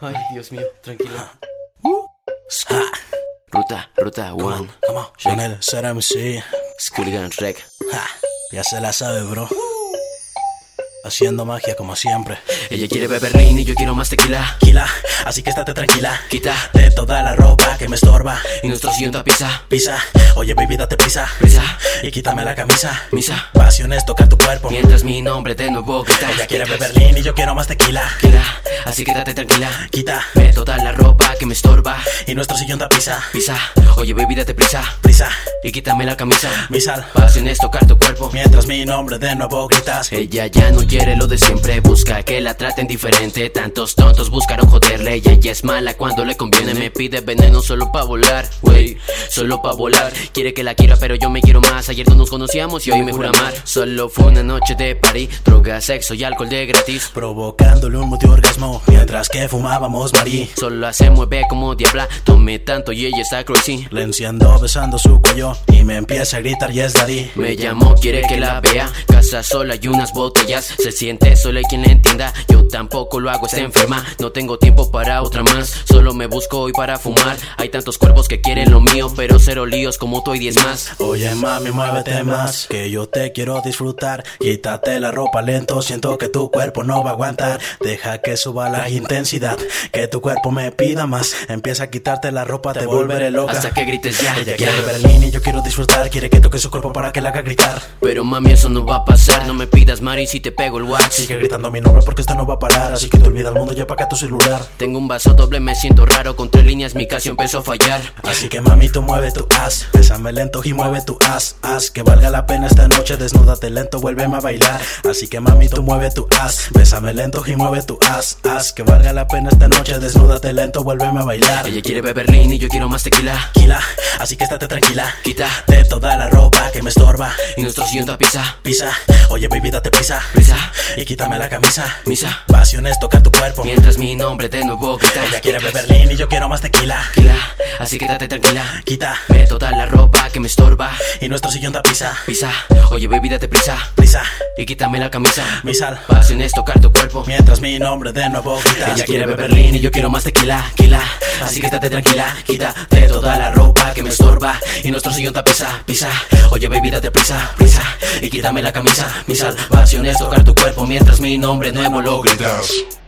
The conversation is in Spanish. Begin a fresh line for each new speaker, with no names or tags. Ay, Dios mío, tranquilo.
Ska,
Ruta, ruta,
come on,
one.
come on. Chanel, Sara MC.
Skulligan Rec.
Ja, ya se la sabe, bro. Haciendo magia como siempre.
Ella quiere beber rain y yo quiero más tequila.
Tranquila, así que estate tranquila.
Quita
Quítate toda la ropa que me estorba.
y nuestro sillón tapiza.
Pisa, oye, baby, date prisa.
Prisa,
Y quítame la camisa.
misa.
Pasiones toca tu cuerpo.
Mientras mi nombre de nuevo grita.
Ella quiere beber lean y yo quiero más tequila.
Quita, así que date tranquila.
Quita,
Ve toda la ropa que me estorba.
y nuestro sillón da pisa.
Pisa, oye baby date prisa.
Prisa,
Y quítame la camisa.
mi sal.
Pasiones tocar tu cuerpo.
Mientras mi nombre de nuevo gritas.
Ella ya no quiere lo de siempre, busca que la traten diferente. Tantos tontos buscaron joderle, y ella es mala cuando le conviene. Me pide veneno solo pa' volar, wey, solo pa' volar. Quiere que la quiera, pero yo me quiero más. Ayer no nos conocíamos y hoy me jura amar. Solo fue una noche de party, droga, sexo y alcohol de gratis.
Provocándole un multiorgasmo mientras que fumábamos marí.
Solo se mueve como diabla, tomé tanto y ella está crazy.
Le enciendo besando su cuello y me empieza a gritar yes daddy.
Me llamó, quiere que la vea. Casa sola y unas botellas. Se siente sola y quien la entienda. Yo tampoco lo hago, está enferma. No tengo tiempo para otra más. Solo me busco hoy para fumar. Hay tantos cuervos que quieren lo mío, pero cero líos como tú y diez más.
Oye mami, muévete más, que yo te quiero disfrutar. Quítate la ropa lento, siento que tu cuerpo no va a aguantar. Deja que suba la intensidad, que tu cuerpo me pida más. Empieza a quitarte la ropa, te volveré loca.
Hasta que grites ya, ya,
Ella quiere ver el niño y yo quiero disfrutar. Quiere que toque su cuerpo para que la haga gritar.
Pero mami, eso no va a pasar. No me pidas Mari si te pego el wax.
Sigue gritando mi nombre porque esto no va a parar. Así que te olvida el mundo y apaga tu celular.
Tengo un vaso doble, me siento raro. Con tres líneas mi casio empezó a fallar.
Así que mami, tú mueve tu as. Bésame lento y mueve tu as. As que valga la pena esta noche. Desnúdate lento, vuélveme a bailar. Así que mami, tú mueve tu as. Bésame lento y mueve tu as. As que valga la pena esta noche. Desnúdate lento, vuélveme a bailar.
Ella quiere beber lean y yo quiero más tequila.
Tranquila, así que estate tranquila.
Quita
De toda la ropa que me estorba.
y nuestro sillón tapiza.
Pisa, oye, baby, date prisa.
Prisa,
Y quítame la camisa.
misa.
Pasiones toca tu cuerpo.
Mientras mi nombre de nuevo grita.
Ella quiere beber lean y yo quiero más tequila.
tranquila, así que date tranquila.
Quita,
Ve toda la ropa que me estorba.
y nuestro sillón da pisa.
Pisa, oye baby, date prisa.
Prisa,
Y quítame la camisa.
mi sal.
Pasiones tocar tu cuerpo.
Mientras mi nombre de nuevo grita
Ella quiere beber lean y yo quiero más tequila, quila. Así que date tranquila, quítate toda la ropa que me estorba. Y nuestro sillón tapiza, pisa. Oye baby, date prisa, prisa. Y quítame la camisa, mis salvaciones tocar tu cuerpo mientras mi nombre nuevo lo gritas.